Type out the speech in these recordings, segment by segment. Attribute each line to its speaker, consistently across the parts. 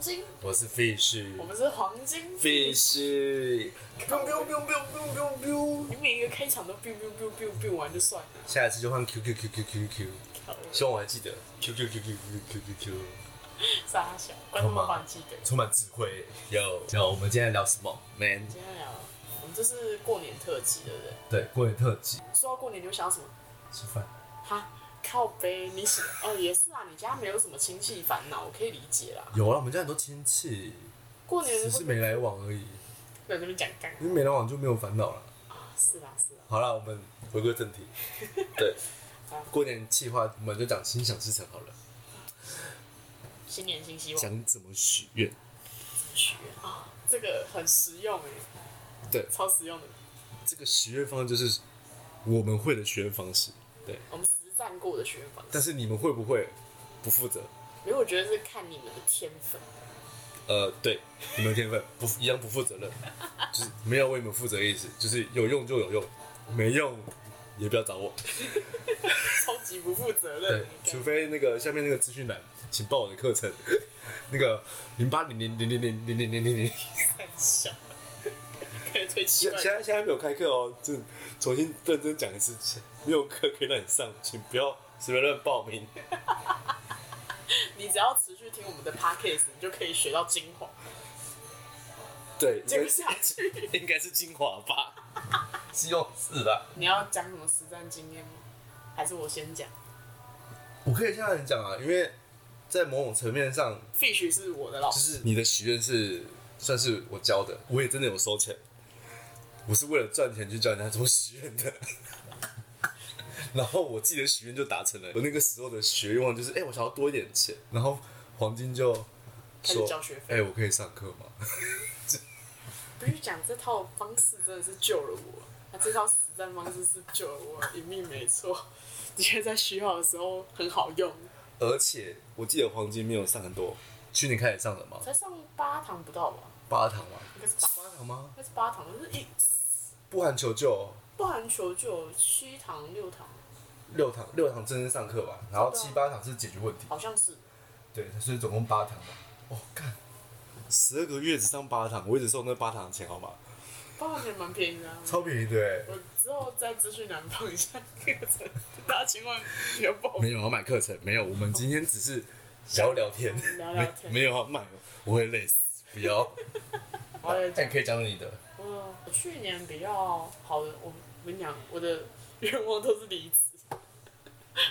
Speaker 1: 金，
Speaker 2: 我是 fish，
Speaker 1: 我们是黄金。
Speaker 2: fish，
Speaker 1: 你每一个开场都 biu biu biu biu biu 完就算了。
Speaker 2: 下一次就换 Q Q Q Q Q Q，希望我还记得 Q Q Q Q Q Q Q Q，
Speaker 1: 傻小，观众
Speaker 2: Come
Speaker 1: 们
Speaker 2: on
Speaker 1: 帮你记得。
Speaker 2: 充满智慧。有，那我们今天聊什么？Man，
Speaker 1: 今天聊，我们这是过年特辑，对不啊对？
Speaker 2: 对，过年特辑，
Speaker 1: 说到过年，你会想到什么？
Speaker 2: 吃饭。
Speaker 1: 哈，靠背，你喜哦也是啊，你家没有什么亲戚烦恼，我可以理解啦。
Speaker 2: 有啊，我们家很多亲戚，
Speaker 1: 过年
Speaker 2: 只是没来往而已，
Speaker 1: 在那边讲干
Speaker 2: 因为没来往就没有烦恼了。
Speaker 1: 啊，是啦是啦，
Speaker 2: 好了，我们回归正题。对，过年计划我们就讲心想事成好了，
Speaker 1: 新年新希望，
Speaker 2: 讲怎么许愿。
Speaker 1: 许愿啊，这个很实用哎，
Speaker 2: 对
Speaker 1: 超实用的。
Speaker 2: 这个许愿方案就是我们会的许愿方式，对。
Speaker 1: 我们实战过的学员方式，
Speaker 2: 但是你们会不会不负责？
Speaker 1: 没有，我觉得是看你们的天分。
Speaker 2: 呃，对，你们的天分不一样不负 责任，就是没有为你们负责的意思，就是有用就有用，没用也不要找我。
Speaker 1: 超级不负责任
Speaker 2: 对，， 除非那个下面那个资讯栏，请报我的课程， 那个零八零零零零零零零零零零。
Speaker 1: 很小，可能推奇
Speaker 2: 现
Speaker 1: 怪
Speaker 2: 现在现在没有开课哦，就重新认真讲一次，没有课可以让你上，请不要随便乱报 名。
Speaker 1: 你只要持续听我们的 podcast，你就可以学到精华，
Speaker 2: 对，
Speaker 1: 接不下去。
Speaker 2: 应该是精华吧，希望 是啦。
Speaker 1: 你要讲什么实战经验吗？还是我先讲
Speaker 2: 我可以向你讲啊，因为在某种层面上，
Speaker 1: ？Fish 是我的老
Speaker 2: 就
Speaker 1: 师，
Speaker 2: 是你的许愿是算是我教的，我也真的有收钱，我是为了赚钱去教人家怎么许愿的。 然后我自己的许愿就达成了，我那个时候的许愿愿望就是，哎、我想要多一点钱。然后黄金就
Speaker 1: 开始
Speaker 2: 说
Speaker 1: 交学，
Speaker 2: 哎、
Speaker 1: 费
Speaker 2: 我可以上课吗？
Speaker 1: 必须讲这套方式真的是救了我。那这套实战方式是救了我一命，没错，的确在需要的时候很好用。
Speaker 2: 而且我记得黄金没有上很多，去年开始上了吗？
Speaker 1: 才上八堂不到吧？
Speaker 2: 八堂吗？
Speaker 1: 应该是八，
Speaker 2: 八堂吗
Speaker 1: 应？该是八堂，就是一
Speaker 2: 不含求救哦、
Speaker 1: 不含求救七堂六堂，
Speaker 2: 六堂六堂真正上课吧，然后七八堂是解决问题。
Speaker 1: 好像是。
Speaker 2: 对，所以总共八堂嘛。哦，干，十二个月只上八堂，我一直收那八堂的钱好吗？
Speaker 1: 八堂也蛮便宜的、啊。
Speaker 2: 超便宜的哎。
Speaker 1: 我之后在资讯栏放一下课程，大家千万不要报名。
Speaker 2: 没有要买课程，没有，我们今天只是聊聊天，
Speaker 1: 聊聊天
Speaker 2: 没没有要买，我会累死，不要。
Speaker 1: 我也
Speaker 2: 哎那你可以讲你的，
Speaker 1: 我去年比较好的，我我跟你讲，我的愿望都是离职。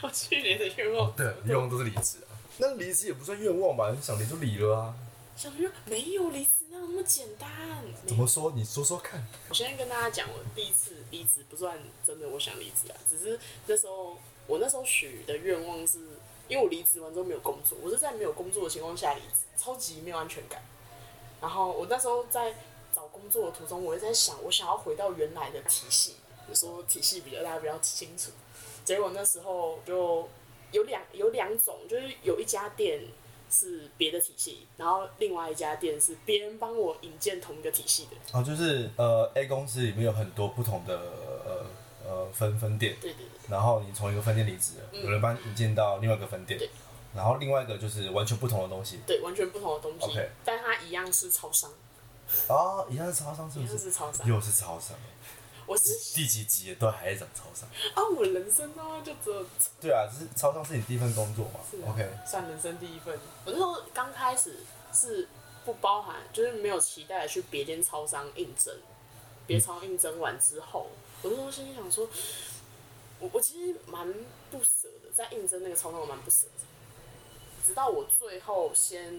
Speaker 1: 我去年的愿望，
Speaker 2: 哦对，愿望都是离职啊。那离职也不算愿望吧，你想离就离了啊。
Speaker 1: 想说没有离职那那么简单。
Speaker 2: 怎么说？你说说看。
Speaker 1: 我先跟大家讲，我第一次离职不算真的我想离职啊，只是那时候我那时候许的愿望是，因为我离职完之后没有工作，我是在没有工作的情况下离职，超级没有安全感。然后我那时候在找工作的途中，我就在想，我想要回到原来的体系，就说体系比较大家比较清楚。结果那时候就有两有两种，就是有一家店是别的体系，然后另外一家店是别人帮我引荐同一个体系的。
Speaker 2: 哦，就是呃，A 公司里面有很多不同的呃呃分分店，
Speaker 1: 对对对。
Speaker 2: 然后你从一个分店离职了，有人帮你引荐到另外一个分店
Speaker 1: 对，
Speaker 2: 然后另外一个就是完全不同的东西。
Speaker 1: 对，完全不同的东西
Speaker 2: OK
Speaker 1: 但它一样是超商，
Speaker 2: 哦，一样是超商是
Speaker 1: 一
Speaker 2: 不
Speaker 1: 样
Speaker 2: 是？
Speaker 1: 是超商。
Speaker 2: 又是超商，
Speaker 1: 我是
Speaker 2: 第几集也都还在讲超商。
Speaker 1: 啊，我人生当中就只有
Speaker 2: 对啊，只是超商是你第一份工作嘛
Speaker 1: 是啊
Speaker 2: ？OK，
Speaker 1: 算人生第一份。我那时候刚开始是不包含，就是没有期待去别间超商应征，别超应征完之后，我那时候心里想说，我我其实蛮不舍的，在应征那个超商我蛮不舍的，直到我最后先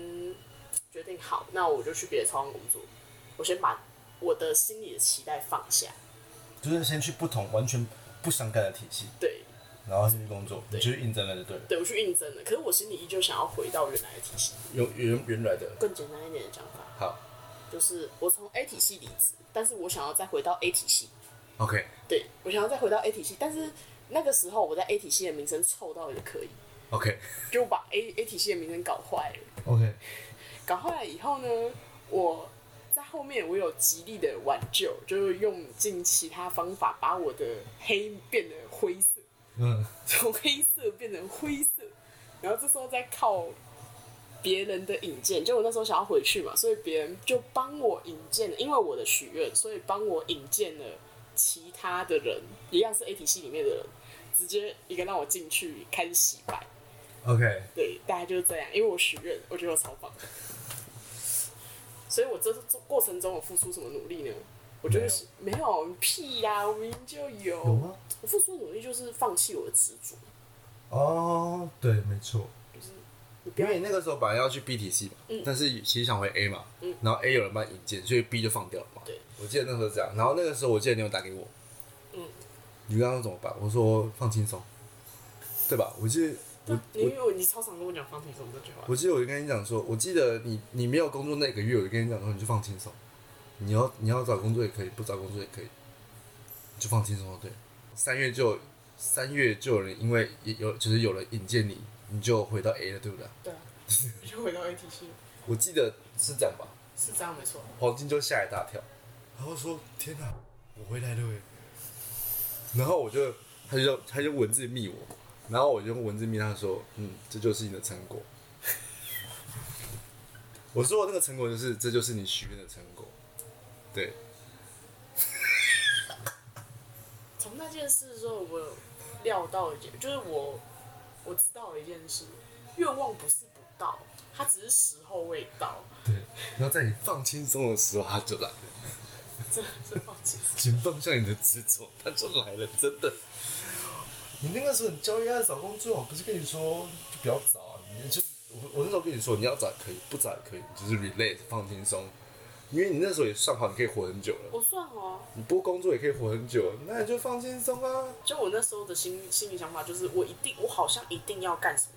Speaker 1: 决定好，那我就去别的超商工作，我先把我的心里的期待放下。
Speaker 2: 就是先去不同完全不相干的体系，
Speaker 1: 对，
Speaker 2: 然后先去工作，你就去应征了就对了。
Speaker 1: 对我去应征了，可是我心里依旧想要回到原来的体系。
Speaker 2: 有原原来的，
Speaker 1: 更简单一点的讲法，
Speaker 2: 好
Speaker 1: 就是我从 A 体系离职，但是我想要再回到 A 体系。
Speaker 2: ，OK，
Speaker 1: 对我想要再回到 A 体系，但是那个时候我在 A 体系的名声臭到也可以，
Speaker 2: OK，
Speaker 1: 就把 A A 体系的名声搞坏了。
Speaker 2: OK，
Speaker 1: 搞坏了以后呢，我在后面我有极力的挽救，就是用尽其他方法把我的黑变得灰色。
Speaker 2: 嗯，
Speaker 1: 从黑色变成灰色，然后这时候再靠别人的引荐，就我那时候想要回去嘛，所以别人就帮我引荐了，因为我的许愿，所以帮我引荐了其他的人，一样是 A 体系里面的人，直接一个让我进去开始洗白。
Speaker 2: OK，
Speaker 1: 对，大概就是这样，因为我许愿，我觉得我超棒。所以我这这过程中我付出什么努力呢？我觉得是没有屁呀、我明明就有。
Speaker 2: 有吗？
Speaker 1: 我付出的努力就是放弃我的执着，
Speaker 2: 哦，对，没错。
Speaker 1: 你不
Speaker 2: 因
Speaker 1: 要
Speaker 2: 为你那个时候本来要去 BTC 嘛，
Speaker 1: 嗯
Speaker 2: 但是其实想回 A 嘛，然后 A 有人帮你引荐，所以 B 就放掉了嘛。
Speaker 1: 对，
Speaker 2: 我记得那时候这样。然后那个时候我记得你有打给我，
Speaker 1: 嗯，
Speaker 2: 你刚刚怎么办？我说放轻松，对吧？我记得我
Speaker 1: 啊你因为你超常跟我讲放轻松这句话，
Speaker 2: 我记得我就跟你讲说，我记得你你没有工作那个月，我就跟你讲说，你就放轻松，你要你要找工作也可以，不找工作也可以，你就放轻松就对了。三月就三月就有人因为也有就是有人引荐你，你就回到 A 了，对不对？
Speaker 1: 对啊，我就回到 A T C，
Speaker 2: 我记得是这样吧？
Speaker 1: 是这样没错。
Speaker 2: 黄金就吓一大跳，然后说天哪，我回来了耶！然后我就他就他就文字密我，然后我就用文字密他说，嗯，这就是你的成果。 我说我那个成果就是这就是你许愿的成果，对，
Speaker 1: 从那件事之后，我有料到一件，就是我我知道了一件事，愿望不是不到，它只是时候未到，
Speaker 2: 对，然后在你放轻松的时候，他就来了，
Speaker 1: 真的是放轻松。
Speaker 2: 请放下你的执着，他就来了，真的。你那个时候你焦虑要找工作，我不是跟你说就不要找啊，你就我我那时候跟你说你要找也可以，不找也可以，你就是 relax 放轻松，因为你那时候也算好你可以活很久了，
Speaker 1: 我算好啊，
Speaker 2: 你不工作也可以活很久，那你就放轻松啊。
Speaker 1: 就我那时候的心心理想法就是，我一定，我好像一定要干什么，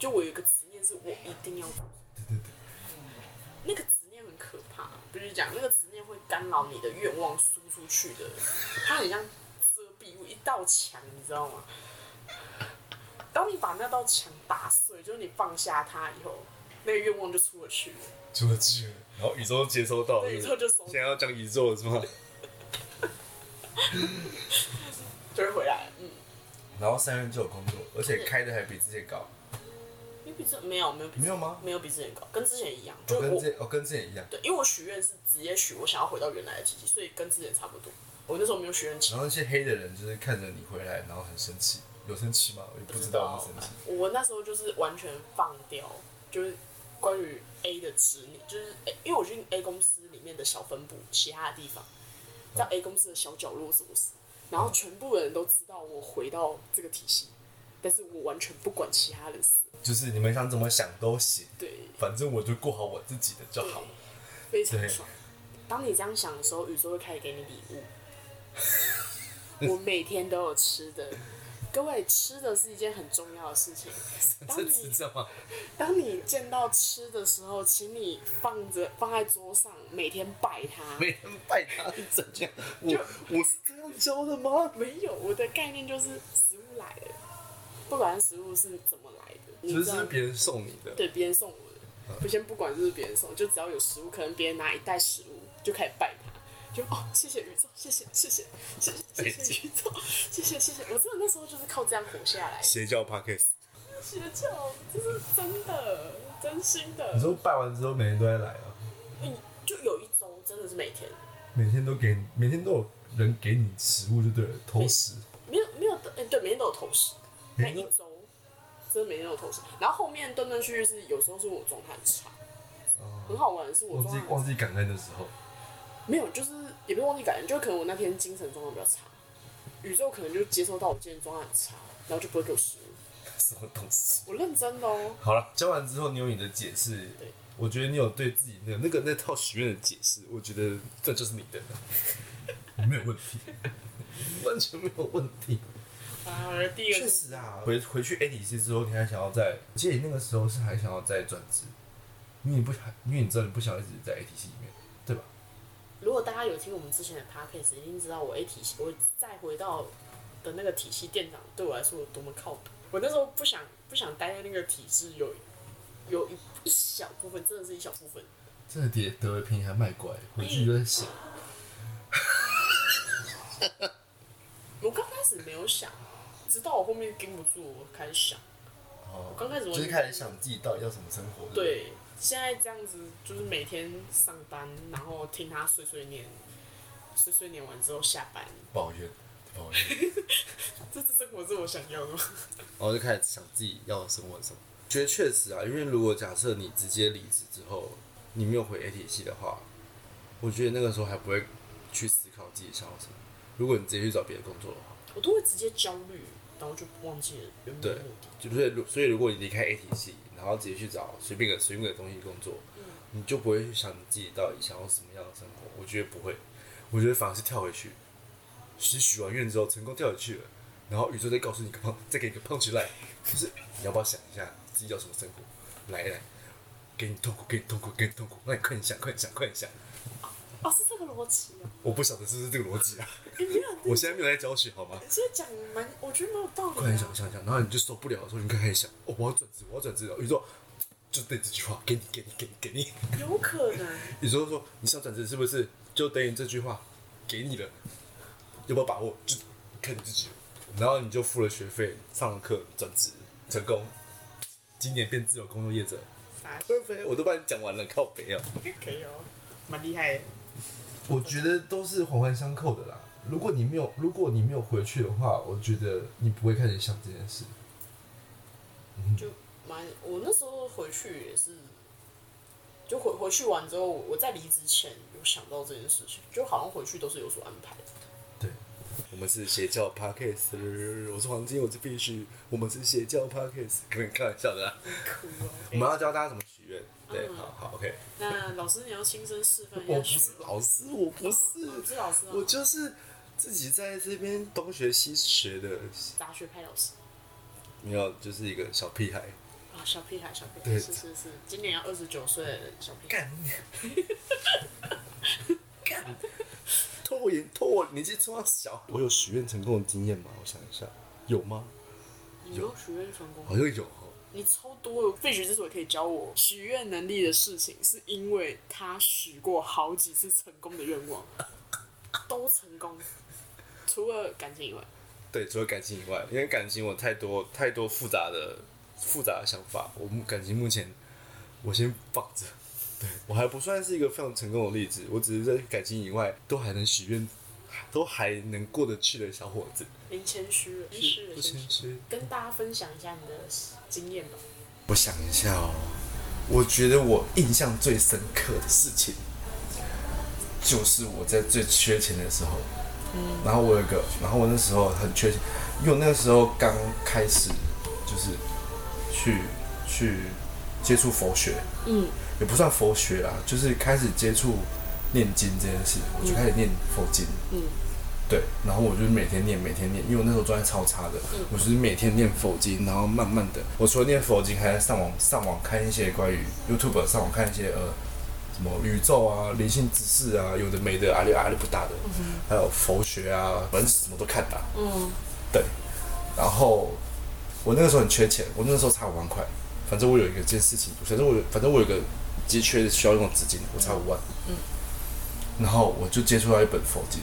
Speaker 1: 就我有一个执念是我一定要做，
Speaker 2: 对对对，
Speaker 1: 那个执念很可怕，不是讲那个执念会干扰你的愿望输出去的，它很像遮蔽物，一道墙，你知道吗？当你把那道墙打碎，就是你放下它以后，那个愿望就出得去了。
Speaker 2: 出了去了，然后宇宙接收到
Speaker 1: 对宇宙就收
Speaker 2: 现在要讲宇宙了是吗？
Speaker 1: 就会回来。嗯，
Speaker 2: 然后三月就有工作，而且开的还比之前高，
Speaker 1: 因为比之没有没有比
Speaker 2: 没有吗
Speaker 1: 没有比之前高，跟之前一样。就
Speaker 2: 我跟
Speaker 1: 我
Speaker 2: 之前我跟之前一样。
Speaker 1: 对，因为我许愿是直接许我想要回到原来的体系，所以跟之前差不多。我那时候没有许愿期，
Speaker 2: 然后那些黑的人就是看着你回来，然后很生气，有生气吗？我也不知道有没有生气。
Speaker 1: 我那时候就是完全放掉，就是关于 A 的执念，就是诶因为我去 A 公司里面的小分部，其他的地方，
Speaker 2: 嗯
Speaker 1: 在 A 公司的小角落什么事，然后全部人都知道我回到这个体系，但是我完全不管其他人死。
Speaker 2: 就是你们想怎么想都行，
Speaker 1: 对，
Speaker 2: 反正我就过好我自己的就好了。
Speaker 1: 非常
Speaker 2: 对
Speaker 1: 爽。当你这样想的时候，宇宙会开始给你礼 物。我每天都有吃的，各位，吃的是一件很重要的事情。当
Speaker 2: 这
Speaker 1: 你
Speaker 2: 次知道吗？
Speaker 1: 当你见到吃的时候，请你放着放在桌上，每天拜它。
Speaker 2: 没人拜他是怎 样？我我是这样教的吗？
Speaker 1: 没有，我的概念就是食物来了，不管食物是怎么来的，你
Speaker 2: 只
Speaker 1: 知道
Speaker 2: 是别人送你的，
Speaker 1: 对别人送我的，我先不管是不是别人送，就只要有食物，可能别人拿一袋食物就开始拜他，就哦谢谢宇宙，谢谢谢谢谢谢谢谢宇宙，谢谢谢谢，我真的那时候就是靠这样活下 来，
Speaker 2: 邪教 p o c k e t
Speaker 1: 邪教这是真的，真心
Speaker 2: 你
Speaker 1: 的，
Speaker 2: 说拜完之后每天都在来啊，
Speaker 1: 嗯，就有一周真的是每天
Speaker 2: 每天都给你，每天都有人给你食物就对了，偷食。
Speaker 1: 没有没有哎对，每天都有投食，每
Speaker 2: 每
Speaker 1: 一
Speaker 2: 天
Speaker 1: 周真的每天都有投食，然后后面断断续续是有时候是我状态很差，很好玩的是我
Speaker 2: 忘
Speaker 1: 状
Speaker 2: 记
Speaker 1: 态很
Speaker 2: 忘记感恩的时候，
Speaker 1: 没有，就是也不是忘记感恩，就可能我那天精神状况比较差，宇宙可能就接收到我今天状态很差，然后就不会给我食物。
Speaker 2: 什么东西？
Speaker 1: 我认真的哦，
Speaker 2: 好了，教完之后你有你的解释
Speaker 1: 对，
Speaker 2: 我觉得你有对自己的那个那套许愿的解释，我觉得这就是你的，没有问题， 完全没有问题。
Speaker 1: 啊，我的第一
Speaker 2: 确实啊，回回去 A 体系之后，你还想要再，我记得你那个时候是还想要再转职，因为你不想，因为你知道你不想一直在 A 体系里面，对吧？
Speaker 1: 如果大家有听我们之前的 podcast，一定知道我 A 体系，我再回到的那个体系店长对我来说有多么靠谱。我那时候不想不想待在那个体制，有有一一小部分，真的是一小部分，
Speaker 2: 这个碟得了便宜还卖乖，回去就在想，
Speaker 1: 我刚开始没有想，直到我后面盯不住，我开始想，我
Speaker 2: 哦
Speaker 1: 刚开始完
Speaker 3: 就
Speaker 1: 全
Speaker 3: 是开始想自己到底要什么生活。不，
Speaker 1: 对，现在这样子就是每天上班，然后听他碎碎念，碎碎念完之后下班，
Speaker 3: 抱怨，抱怨。
Speaker 1: 这次生活是我想要的吗？
Speaker 2: 然后就开始想自己要的生活是什么。觉得确实啊，因为如果假设你直接离职之后，你没有回 A 体系的话，我觉得那个时候还不会去思考自己想要什么。如果你直接去找别的工作的话，
Speaker 1: 我都会直接焦虑，然后就忘记了原本的目的。
Speaker 2: 就是如所以如果你离开 A 体系，然后直接去找随便个随便个东西工作，你就不会去想你自己到底想要什么样的生活。我觉得不会，我觉得反而是跳回去，是许完愿之后成功跳回去了，然后宇宙再告诉你一个胖，再给你一个胖起来，就是你要不要想一下自己要什么生活？来来，给你痛苦，给你痛苦，给你痛苦，那你快点想，快点想，快点想。
Speaker 1: 哦，是这个逻辑啊！
Speaker 2: 我不晓得是不是这个逻辑啊，
Speaker 1: 你没 有，
Speaker 2: 我现在没有在教学好吗？
Speaker 1: 其实讲蛮，我觉得蛮有道
Speaker 2: 快
Speaker 1: 理
Speaker 2: 点
Speaker 1: 的
Speaker 2: 想
Speaker 1: 啊。
Speaker 2: 想想，然后你就受不了的时候，你就开始想，哦，我要转职，我要转职了。宇宙就对这句话，给你，给你，给你，给你。
Speaker 1: 有可能，
Speaker 2: 宇宙说你想转职是不是？就等于这句话，给你了，有没有把握？就看你自己了。然后你就付了学费，上了课，转职成功，今年变自由工作业者。
Speaker 1: 啥
Speaker 2: 对，我都帮你讲完了，靠北哦。
Speaker 1: 可以哦，蛮厉害的。
Speaker 2: 我觉得都是环环相扣的啦。如果你没有，如果你没有回去的话，我觉得你不会开始想这件事。嗯
Speaker 1: 就蛮，我那时候回去也是，就回回去完之后，我在离职前有想到这件事情，就好像回去都是有所安排的。
Speaker 2: 对，我们是邪教 podcast，我是黄金，我是必须，我们是邪教 podcast，可能开玩笑的啦。
Speaker 1: 哭
Speaker 2: 我
Speaker 1: 哦
Speaker 2: 们要教大家怎么许愿。对，
Speaker 1: 嗯
Speaker 2: 好好，OK。
Speaker 1: 那老师，你要亲身示范一下。
Speaker 2: 我不是老师，我不
Speaker 1: 哦你不
Speaker 2: 是，
Speaker 1: 是老师吗？
Speaker 2: 我就是自己在这边东学西学的，
Speaker 1: 杂学派老师
Speaker 2: 没有，就是一个小屁孩。
Speaker 1: 啊，小屁孩，小屁孩，
Speaker 2: 对
Speaker 1: 是是是，今年要二十九岁的小屁孩。
Speaker 2: 干，干，拖我眼，拖我年纪这么小，我有许愿成功的经验吗？我想一下，有吗？
Speaker 1: 你没有许愿成功，
Speaker 2: 好像有哦。
Speaker 1: 你超多的。Fish 之所以可以教我许愿能力的事情，是因为他许过好几次成功的愿望，都成功，除了感情以外。
Speaker 2: 对，除了感情以外，因为感情我太多太多复杂的复杂的想法，我目感情目前我先放着。对我还不算是一个非常成功的例子，我只是在感情以外都还能许愿，都还能过得去的小伙子，
Speaker 1: 您谦虚了，谦虚了，
Speaker 2: 不
Speaker 1: 谦
Speaker 2: 谦
Speaker 1: 虚了。
Speaker 2: 虚。
Speaker 1: 跟大家分享一下你的经验吧。
Speaker 2: 我想一下哦，我觉得我印象最深刻的事情，就是我在最缺钱的时候，然后我有一个，然后我那时候很缺钱，因为我那个时候刚开始就是去去接触佛学，
Speaker 1: 嗯，
Speaker 2: 也不算佛学啦，就是开始接触念经这件事，我就开始念佛经。
Speaker 1: 嗯，
Speaker 2: 对，然后我就每天念，每天念，因为我那时候状态超差的，
Speaker 1: 嗯
Speaker 2: 我就是每天念佛经，然后慢慢的，我除了念佛经，还在上网上网看一些关于 YouTube 上网看一些呃什么宇宙啊、灵性知识啊，有的没的，阿里阿里不搭的，还有佛学啊，反正什么都看吧。
Speaker 1: 嗯，
Speaker 2: 对，然后我那个时候很缺钱，我那个时候差五万块，反正我有一个件事情，反正我有反正我有一个急缺需要用的资金，我差五万，嗯，然后我就接触到一本佛经，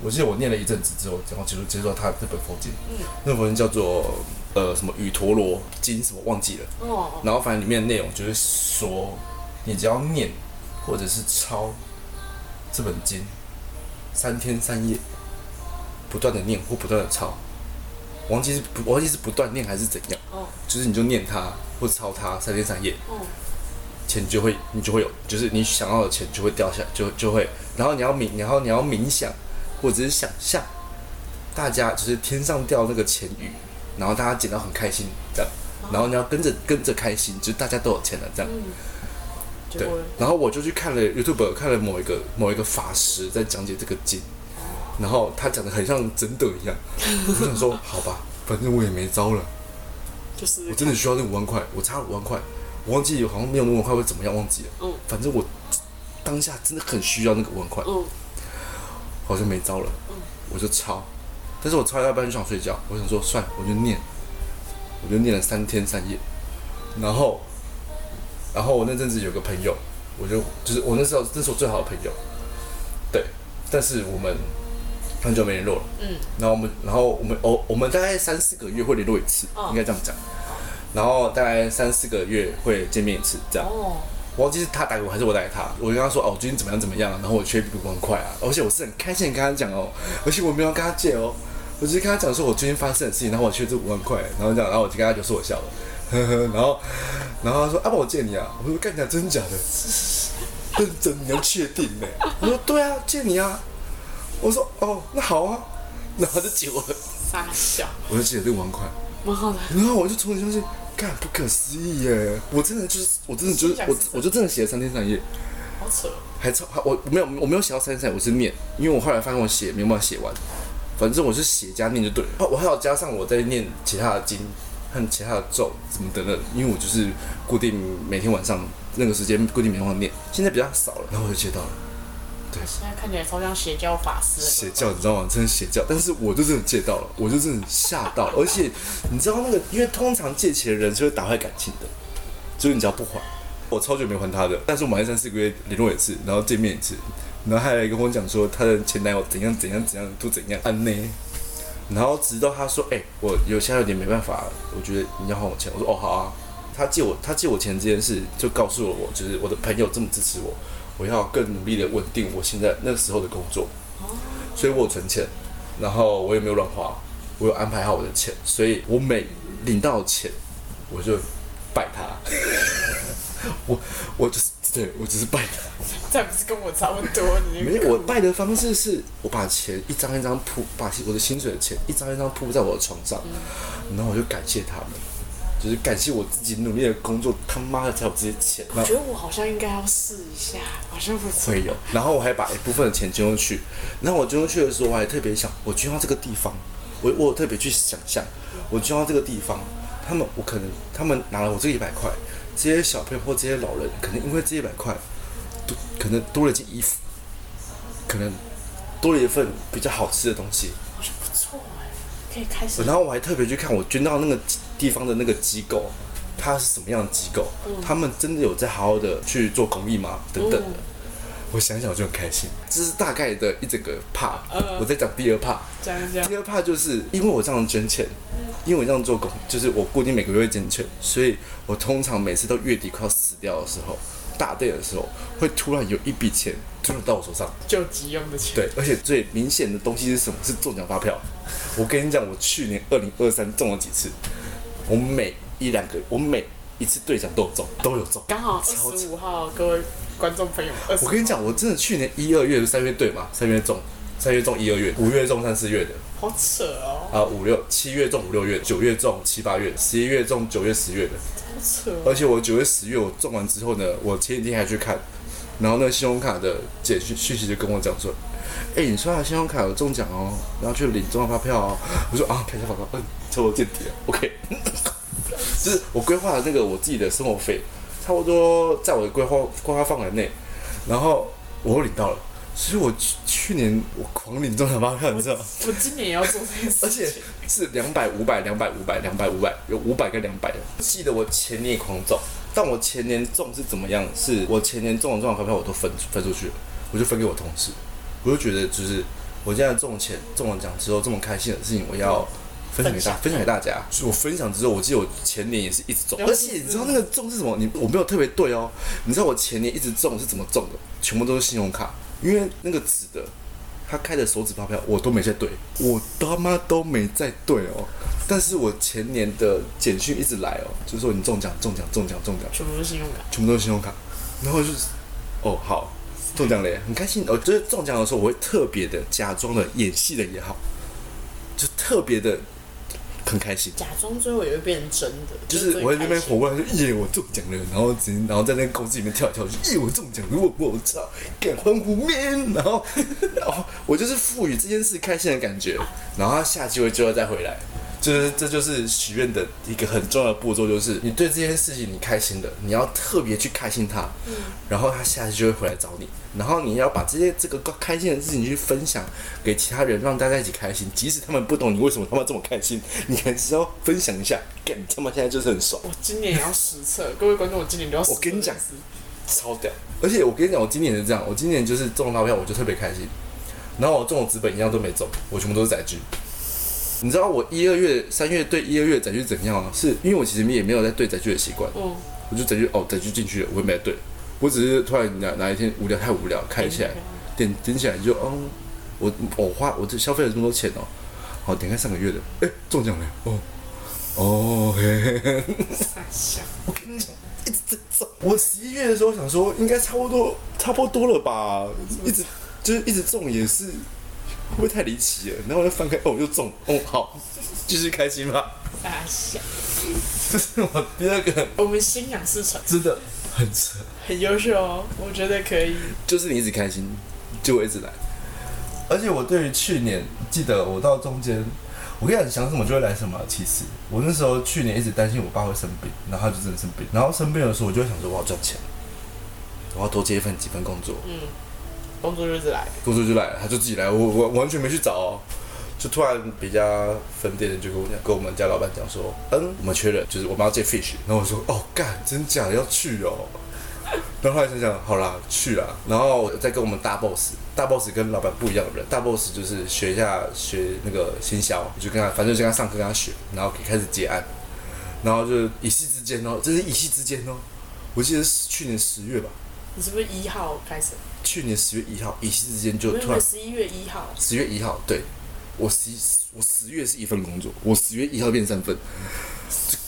Speaker 2: 我记得我念了一阵子之后，然后接触接触到他这本佛经，嗯，那本佛经叫做呃什么雨陀罗经什么忘记了，
Speaker 1: 哦，
Speaker 2: 然后反正里面的内容就是说，你只要念或者是抄这本经，三天三夜不断的念或不断的抄，忘记是不忘记是不断念还是怎样，
Speaker 1: 哦，
Speaker 2: 就是你就念它或抄它三天三夜，
Speaker 1: 哦，
Speaker 2: 钱就会你就会有，就是你想要的钱就会掉下，就就会，然后你要冥，然后你要冥想或者是想象，大家就是天上掉那个钱雨，然后大家捡到很开心这样，然后你要跟着跟着开心，就是大家都有钱了这样。
Speaker 1: 结
Speaker 2: 对
Speaker 1: 果，
Speaker 2: 然后我就去看了 YouTube，看了某一个某一个法师在讲解这个经，然后他讲的很像真的一样，我想说好吧，反正我也没招了。
Speaker 1: 就是嗯
Speaker 2: 我真的需要那五万块，我差五万块，我忘记好像没有那五万块会怎么样，忘记了。
Speaker 1: 嗯
Speaker 2: 反正我当下真的很需要那个五万块，
Speaker 1: 嗯，
Speaker 2: 好像没招了，我就抄，但是我抄到一半就想睡觉，我想说算了，我就念，我就念了三天三夜，然后，然后我那阵子有个朋友，我就就是我那时候那是我最好的朋友，对，但是我们很久没联络了，
Speaker 1: 嗯，
Speaker 2: 哦然后我们然后我们偶我们大概三四个月会联络一次，
Speaker 1: 嗯
Speaker 2: 应该这样讲，然后大概三四个月会见面一次这样。
Speaker 1: 哦，
Speaker 2: 我忘记是他打给我还是我打给他，我就跟他说哦，我最近怎么样怎么样，然后我缺一笔很快啊，而且我是很开心地跟他讲哦，而且我没有跟他借哦，我只是跟他讲说我最近发生的事情，然后我缺这五万块，然后这样，然后我就跟他就说我笑了， 呵呵，然后然后他说啊，不我借你啊，我说干你啊，真的假的？认真你要确定呢？我说对啊，借你啊，我说哦，那好啊，然后他就借我了，
Speaker 1: 傻笑，
Speaker 2: 我就借了六万块，
Speaker 1: 蛮好的。
Speaker 2: 然后我就重新相信，干不可思议耶！我真的就是，我真的就是
Speaker 1: 心想
Speaker 2: 我
Speaker 1: 事成，
Speaker 2: 我就真的写了三天三夜。
Speaker 1: 好扯，哦
Speaker 2: 还超还我我没有我没有写到三十三，我是念，因为我后来发现我写没有办法写完，反正我是写加念就对了。哦我还有加上我在念其他的经和其他的咒什么等等，因为我就是固定每天晚上那个时间固定每天晚上念，现在比较少了，然后我就接到了
Speaker 1: 现在看起来超像邪教法师的。
Speaker 2: 邪教，你知道吗？真的邪教，但是我就真的借到了，我就真的吓到，而且你知道那个，因为通常借钱的人是会打坏感情的，就是你只要不还，我超久没还他的，但是我们还三四个月联络一次，然后见面一次，然后还有一个跟我讲说他的前男友怎样怎样怎样都怎样安呢，然后直到他说，哎、我有现在有点没办法，我觉得你要还我钱，我说哦好啊，他借我他借我钱这件事就告诉了我，就是我的朋友这么支持我，我要更努力的稳定我现在那时候的工作，所以我有存钱，然后我也没有乱花，我有安排好我的钱，所以我每领到钱我就拜他。 我我就是对我只是拜的，
Speaker 1: 这不是跟我差不多？你
Speaker 2: 没有我啊拜的方式是我把钱一张一张铺，把我的薪水的钱一张一张铺在我的床上，然后我就感谢他们，就是感谢我自己努力的工作，他妈的才有这些钱。
Speaker 1: 我
Speaker 2: 那
Speaker 1: 觉得我好像应该要试一下，好像不错。
Speaker 2: 会有，然后我还把一部分的钱捐出去，然后我捐出去的时候，我还特别想，我捐到这个地方，我我有特别去想象，我捐到这个地方，他们我可能他们拿了我这一百块，这些小朋友或这些老人，可能因为这一百块，多可能多了一件衣服，可能多了一份比较好吃的东西，
Speaker 1: 好像不错哎，可以开始。
Speaker 2: 然后我还特别去看我捐到那个地方的那个机构，它是什么样的机构，他们真的有在好好的去做公益吗？等等的。
Speaker 1: 嗯
Speaker 2: 我想想我就很开心，这是大概的一整个 part，、
Speaker 1: 嗯啊
Speaker 2: 我在讲第二 part。
Speaker 1: 讲一讲
Speaker 2: 第，二 part 就是因为我这样捐钱，
Speaker 1: 嗯
Speaker 2: 因为我这样做工，就是我固定每个月会捐钱，所以我通常每次到月底快要死掉的时候，大队的时候，会突然有一笔钱突然到我手上，
Speaker 1: 救急用的钱。
Speaker 2: 对，而且最明显的东西是什么？是中奖发票。我跟你讲，我去年二零二三中了几次，我每一两个，我每一次兑奖都有中，都有中。
Speaker 1: 刚好二
Speaker 2: 超
Speaker 1: 十五号，各位观众朋友，二十
Speaker 2: 我跟你讲，我真的去年一二月、三月对嘛，三月中，三月中一二月，五月中三四月的，
Speaker 1: 好扯哦，
Speaker 2: 啊五六七月中五六月，九月中七八月，十一月中九月十月的。
Speaker 1: 好扯哦。
Speaker 2: 而且我九月十月我中完之后呢，我前几天还去看，然后那个信用卡的简讯讯息就跟我讲说，哎、你刷的信用卡有中奖哦，然后去领中奖发票哦。我说啊，看一下发票，嗯，抽我间谍，OK。就是我规划的那个我自己的生活费，差不多在我的规划规划范围内，然后我又领到了，所以我去去年我狂领中奖发票，你知道吗？
Speaker 1: 我今年也要做这件
Speaker 2: 呃而
Speaker 1: 事
Speaker 2: 且
Speaker 1: 情，
Speaker 2: 是两百、五百、两百、五百、两百、五百，有五百跟两百的。记得我前年也狂中，但我前年中是怎么样？是我前年中的中奖发票我都分分出去了，我就分给我同事。我就觉得就是我现在中钱中了奖之后这么开心的事情，我要分享给大分享给大家。所以我分享之后，我记得我前年也是一直中，
Speaker 1: 了解
Speaker 2: 而且你知道那个中是什么？你我没有特别对哦。你知道我前年一直中是怎么中的？全部都是信用卡，因为那个纸的他开的手指发票我都没在对，我他妈都没在对哦。但是我前年的简讯一直来哦，就说你中奖中奖中奖中奖，
Speaker 1: 全部都是信用卡。
Speaker 2: 全部都是信用卡，然后就是哦好中奖了耶，很开心。我哦就是中奖的时候，我会特别的假装的演戏的也好，就特别的很开心。
Speaker 1: 假装追我也会变成真的，
Speaker 2: 就是我在那边活过来说耶我中奖了，然后直接然后在那个公司里面跳来跳去，耶我中奖了，我我操，敢欢呼面，然后然后我就是赋予这件事开心的感觉，然后他下机会就要再回来，就是这就是许愿的一个很重要的步骤，就是你对这件事情你开心的，你要特别去开心它，然后他下次就会回来找你，然后你要把这些这个开心的事情去分享给其他人，让大家一起开心，即使他们不懂你为什么他妈这么开心，你还是要分享一下，干你他妈现在就是很爽。
Speaker 1: 我今年也要实测，各位观众，我今年都要实测。
Speaker 2: 我跟你讲超屌！而且我跟你讲，我今年是这样，我今年就是中了发票，我就特别开心。然后我中的资本一样都没中，我全部都是载具。你知道我一二月、三月对一二月载具怎样啊？是因为我其实也没有在对载具的习惯，
Speaker 1: 嗯，
Speaker 2: 我就载具哦，载具进去了，我也没来对，我只是突然哪哪一天无聊太无聊，看起来点点起来就哦，我我花我这消费了这么多钱哦，好点开上个月的，哎、中奖了哦。哦，嘿嘿嘿，我跟你讲，一直在中。我十一月的时候想说，应该差不多，差不多了吧，一直就是一直中也是，会不会太离奇了？然后我就翻开，哦，又中，哦， 好，继续开心吧。
Speaker 1: 大小。
Speaker 2: 这是我第二个，
Speaker 1: 我们心想事成，
Speaker 2: 真的很扯，
Speaker 1: 很优秀哦，我觉得可以。
Speaker 2: 就是你一直开心，就我一直来。
Speaker 3: 而且我对于去年，记得我到中间，我跟你讲，想什么就会来什么。其实我那时候去年一直担心我爸会生病，然后他就真的生病。然后生病的时候，我就会想说我要赚钱，
Speaker 2: 我要多接一份几份工作，
Speaker 1: 嗯，工作日子来了，
Speaker 2: 工作就来了，他就自己来，我我完全没去找、哦。就突然别家分店的就跟我讲，跟我们家老板讲说，嗯，我们缺人，就是我们要接 fish。然后我说，哦，干，真假的要去哦。然后后来想想，好啦，去啦。然后我再跟我们大 boss，大 boss 跟老板不一样的人，大 boss 就是学一下学那个新销，我就跟他，反正就跟他上课跟他学，然后开始结案，然后就一夕之间哦，真是一夕之间哦。我记得是去年十月吧，
Speaker 1: 你是不是一号开始？
Speaker 2: 去年十月一号，一夕之间就
Speaker 1: 没有
Speaker 2: 突
Speaker 1: 没
Speaker 2: 然
Speaker 1: 有，十一月一号，
Speaker 2: 十月一号，对我十一我十月是一份工作，我十月一号变三份，就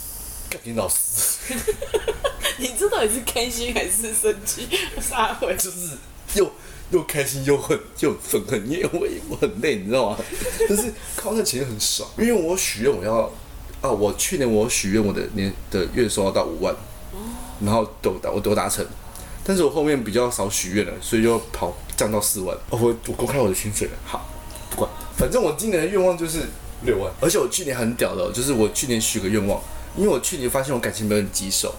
Speaker 2: 干你老师，
Speaker 1: 你这到底是开心还是生气？撒回
Speaker 2: 就是又又开心又恨又愤恨，因为我我很累，你知道吗？但是靠那钱很爽，因为我许愿我要啊，我去年我许愿我的年的月收入到五万，然后都达我都达成。但是我后面比较少许愿了，所以就跑降到四万。哦，我我公开我的薪水了，好，不管，反正我今年的愿望就是六万。而且我去年很屌的哦，就是我去年许个愿望，因为我去年发现我感情没有很棘手，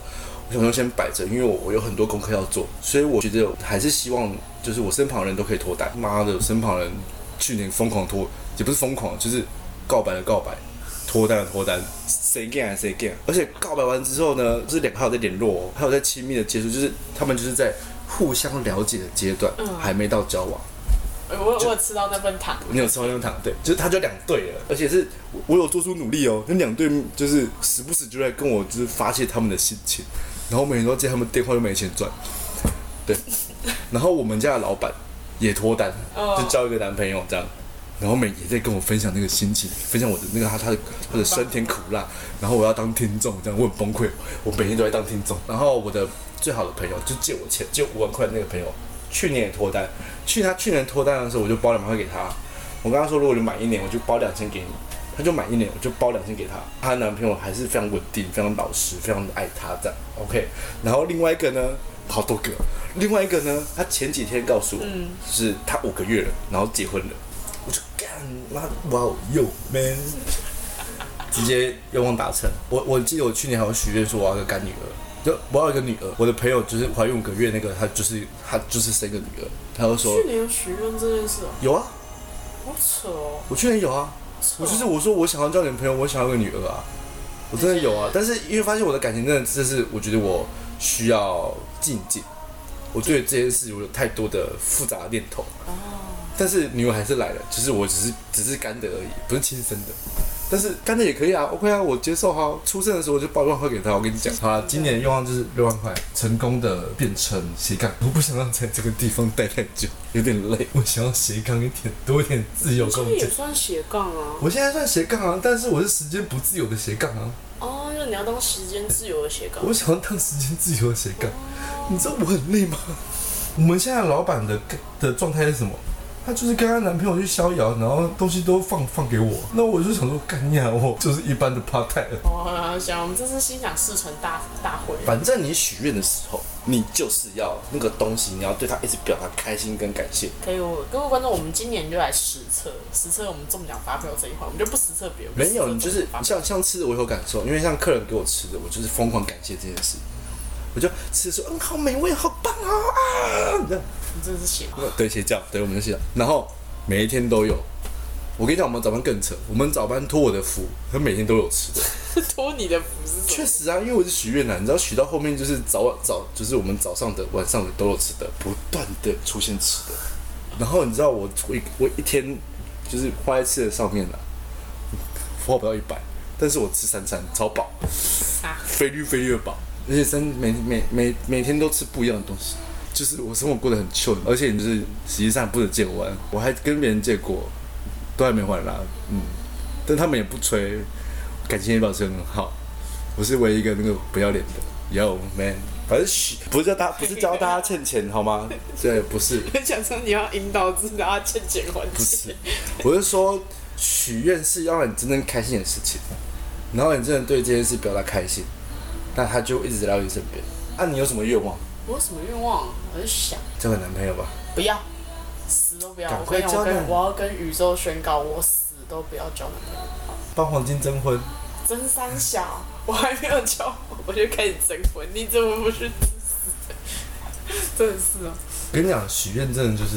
Speaker 2: 我想说先摆着，因为我我有很多功课要做，所以我觉得还是希望就是我身旁的人都可以脱单。妈的，身旁人去年疯狂脱，也不是疯狂，就是告白的告白。脱单的脱单，谁 gay 还谁 gay，而且告白完之后呢，就是两个还有在联络、哦，还有在亲密的接触，就是他们就是在互相了解的阶段，
Speaker 1: 嗯
Speaker 2: 还没到交往。
Speaker 1: 哎我我有吃到那份糖，
Speaker 2: 你有超用糖，对，就是他就两队了，而且是我我有做出努力哦，那两队就是时不时就在跟我就是发泄他们的心情，然后每天都接他们电话又没钱赚，对，然后我们家的老板也脱单，
Speaker 1: 哦
Speaker 2: 就交一个男朋友这样，然后每也在跟我分享那个心情，分享我的那个他他的他的酸甜苦辣，然后我要当听众，这样我很崩溃，我每天都在当听众。然后我的最好的朋友就借我钱， 借五万块的那个朋友，去年也脱单，去他去年脱单的时候我就包两万块给他，我跟他说如果你满一年我就包两千给你。他就满一年，我就包两千给他。她的男朋友还是非常稳定、非常老实、非常爱她这样。OK，然后另外一个呢，好多个。另外一个呢，他前几天告诉我，
Speaker 1: 嗯
Speaker 2: 就是他五个月了，然后结婚了。我就干妈，哇哦，yo man，直接愿望达成。我我记得我去年还有许愿说我要一个干女儿，就我要一个女儿。我的朋友就是怀孕五个月那个，她就是她就是生一个女儿，她就说
Speaker 1: 去年有许愿这件事哦，
Speaker 2: 有啊，
Speaker 1: 好扯哦，
Speaker 2: 我去年有啊，我就是我说我想要交女朋友，我想要个女儿啊，我真的有啊。但是因为发现我的感情真的，这是我觉得我需要静静。我对这件事我有太多的复杂的念头，
Speaker 1: 哦，
Speaker 2: 但是女友还是来了，只是我只是只是干的而已，不是亲生的。但是干的也可以啊，OK 啊，我接受哈。出生的时候我就包一万块给他，我跟你讲。啊
Speaker 3: 好啦，今年的愿望就是六万块，成功的变成斜杠。我不想让在这个地方待太久，
Speaker 2: 有点累，
Speaker 3: 我想要斜杠一点，多一点自由
Speaker 1: 这
Speaker 3: 空
Speaker 1: 也
Speaker 3: 间。
Speaker 1: 算斜杠啊。
Speaker 3: 我现在算斜杠啊，但是我是时间不自由的斜杠啊，
Speaker 1: 哦，那你要当时间自由的斜杠哦
Speaker 3: 我，想要当时间自由的斜杠。
Speaker 2: 哦
Speaker 3: 你知道我很累吗？我们现在老板的的状态是什么？她就是跟她男朋友去逍遥，然后东西都放放给我，那我就想说，干呀，我就是一般的 part time。
Speaker 1: 哦，想我们这次心想事成大大会，
Speaker 2: 反正你许愿的时候，你就是要那个东西，你要对他一直表达开心跟感谢。
Speaker 1: 可以，我各位观众，我们今年就来实测，实测我们中奖发票这一块，我们就不实测别人，
Speaker 2: 没有，你就是
Speaker 1: 我们实测中奖
Speaker 2: 像像吃的，我有感受，因为像客人给我吃的，我就是疯狂感谢这件事。我就吃说，嗯，好美味，好棒哦啊！
Speaker 1: 发
Speaker 2: 这样哦
Speaker 1: 票你真的是斜杠，
Speaker 2: 对邪教，对我们的邪教，然后每一天都有。我跟你讲，我们早班更扯，我们早班托我的福，他每天都有吃的。
Speaker 1: 托你的福是什
Speaker 2: 确
Speaker 1: 么？
Speaker 2: 实啊，因为我是许愿男，你知道许到后面就是早晚早，就是我们早上的、晚上的都有吃的，不断的出现吃的。然后你知道我我一我一天就是花在吃的上面了、啊花不到一百，但是我吃三餐超饱，
Speaker 1: 啊
Speaker 2: 肥绿肥绿的饱，而且三每每每每天都吃不一样的东西，就是我生活过得很 chill，而且就是实际上不止借我玩，我还跟别人借过，都还没还啦，嗯，但他们也不催，感情也保持得很好，我是唯一一个那个不要脸的，Yo man，反正嘘不是叫大不是教大家欠钱好吗？对，不是。
Speaker 1: 很想说你要引导知道他欠钱还
Speaker 2: 不
Speaker 1: 钱
Speaker 2: 是，我是说许愿是要让你真正开心的事情，然后你真的对这件事表达开心，那他就一直来到你身边。啊，你有什么愿望？
Speaker 1: 我有什么愿望？啊我就想
Speaker 2: 交个男朋友吧。
Speaker 1: 不要，死都不要。
Speaker 2: 赶
Speaker 1: 我
Speaker 2: 快
Speaker 1: 跟你讲，我
Speaker 2: 交男
Speaker 1: 跟我要跟宇宙宣告，我死都不要交男朋友。
Speaker 3: 帮黄金征婚，
Speaker 1: 真三小，我还没有交，我就开始征婚。你怎么不是自私？真的是啊。
Speaker 3: 跟你讲，许愿真的就是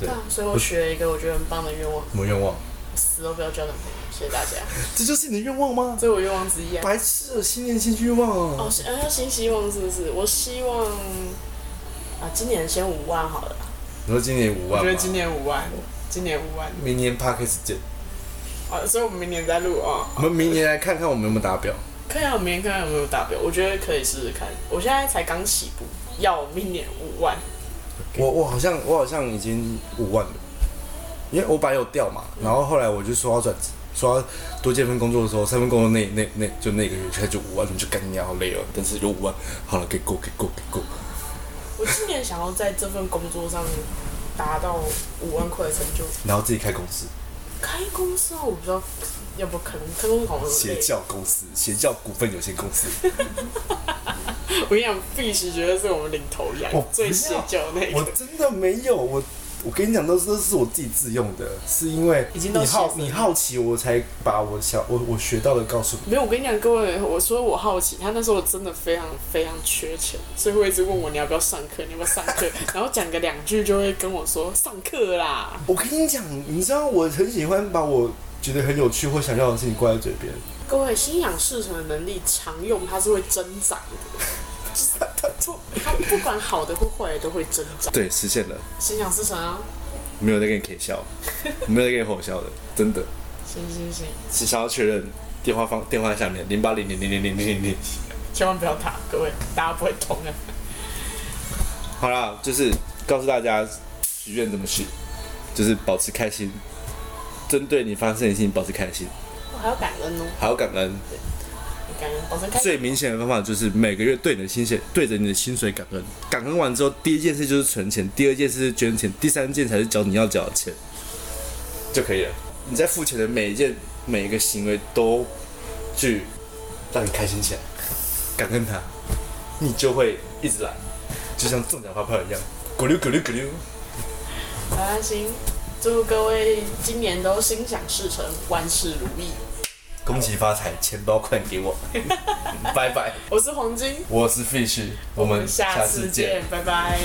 Speaker 1: 对啊，所以我许了一个我觉得很棒的愿望，
Speaker 3: 什么愿望？
Speaker 1: 死都不要交男朋友。谢谢大家，
Speaker 2: 这就是你的愿望吗？
Speaker 1: 这是我愿望之一啊。
Speaker 2: 白痴哦，新年新希望
Speaker 1: 哦，
Speaker 2: 啊！
Speaker 1: 是呃，要新希望是不是？我希望啊，今年先五万好了。
Speaker 2: 你说今年五
Speaker 1: 我
Speaker 2: 万
Speaker 1: 觉
Speaker 2: 吗
Speaker 1: 得？今年五万，今年五万。
Speaker 2: 明年 p a r k 见，
Speaker 1: 啊，所以我们明年再录啊。
Speaker 2: 我们明年来看看我们有没有达标。
Speaker 1: 看一下我明年看看有没有达标，我觉得可以试试看。我现在才刚起步，要明年五万。
Speaker 2: 我我好像我好像已经五万了，因为我本来有调嘛，然后后来我就说要转职，说要多接份工作的时候，三份工作那那那就那个月开就五万，就干你娘好累哦，但是有五万，好了，给够给够给够，
Speaker 1: 我今年想要在这份工作上达到五万块的成就。
Speaker 2: 然后自己开公司，
Speaker 1: 开公司啊，我不知道要不可能开公司好像
Speaker 2: 邪
Speaker 1: 累。
Speaker 2: 教公司，邪教股份有限公司，
Speaker 1: 我跟你讲，必须觉得是我们领头羊
Speaker 2: 我，
Speaker 1: 最
Speaker 2: 不
Speaker 1: 邪
Speaker 2: 要
Speaker 1: 教那
Speaker 2: 我
Speaker 1: 个。
Speaker 2: 真的没有我。我跟你讲，都是都是我自己自用的，是因为
Speaker 1: 已经都
Speaker 2: 你好
Speaker 1: 写死了
Speaker 2: 你好奇，我才把我想我我学到的告诉你。
Speaker 1: 没有，我跟你讲，各位，我说我好奇，他那时候真的非常非常缺钱，所以会一直问我你要不要上课，你要不要上课，然后讲个两句就会跟我说上课啦。
Speaker 2: 我跟你讲，你知道我很喜欢把我觉得很有趣或想要的事情挂在嘴边，
Speaker 1: 各位，心想事成的能力常用，它是会增长的，就是它不它不管好的或坏的都会增长。
Speaker 2: 对，实现了，
Speaker 1: 心想事成啊，
Speaker 2: 没有在跟你 K 笑，没有在跟你吼笑的，真的。
Speaker 1: 行行行，
Speaker 2: 是想要确认电话方电话下面零八零零零零零零零。
Speaker 1: 千万不要打，各位，大家不会啊懂的。
Speaker 2: 好啦，就是告诉大家许愿怎么许，就是保持开心，针对你发生的事情保持开心，
Speaker 1: 我还要感恩哦，
Speaker 2: 还有感恩。
Speaker 1: 感恩，保证开心。
Speaker 2: 最明显的方法就是每个月对你的薪水对着你的薪水感恩，感恩完之后，第一件事就是存钱，第二件事是捐钱，第三件才是缴你要缴的钱，就可以了。你在付钱的每一件每一个行为都去让你开心起来，感恩他，你就会一直来，就像中奖发票一样，咕溜咕溜咕溜。
Speaker 1: 好啦，行，祝各位今年都心想事成，万事如意。
Speaker 2: 恭喜发财，钱包快点给我， 拜拜。
Speaker 1: 我是黄金，
Speaker 2: 我是 Fish，我
Speaker 1: 我们下次见，拜拜。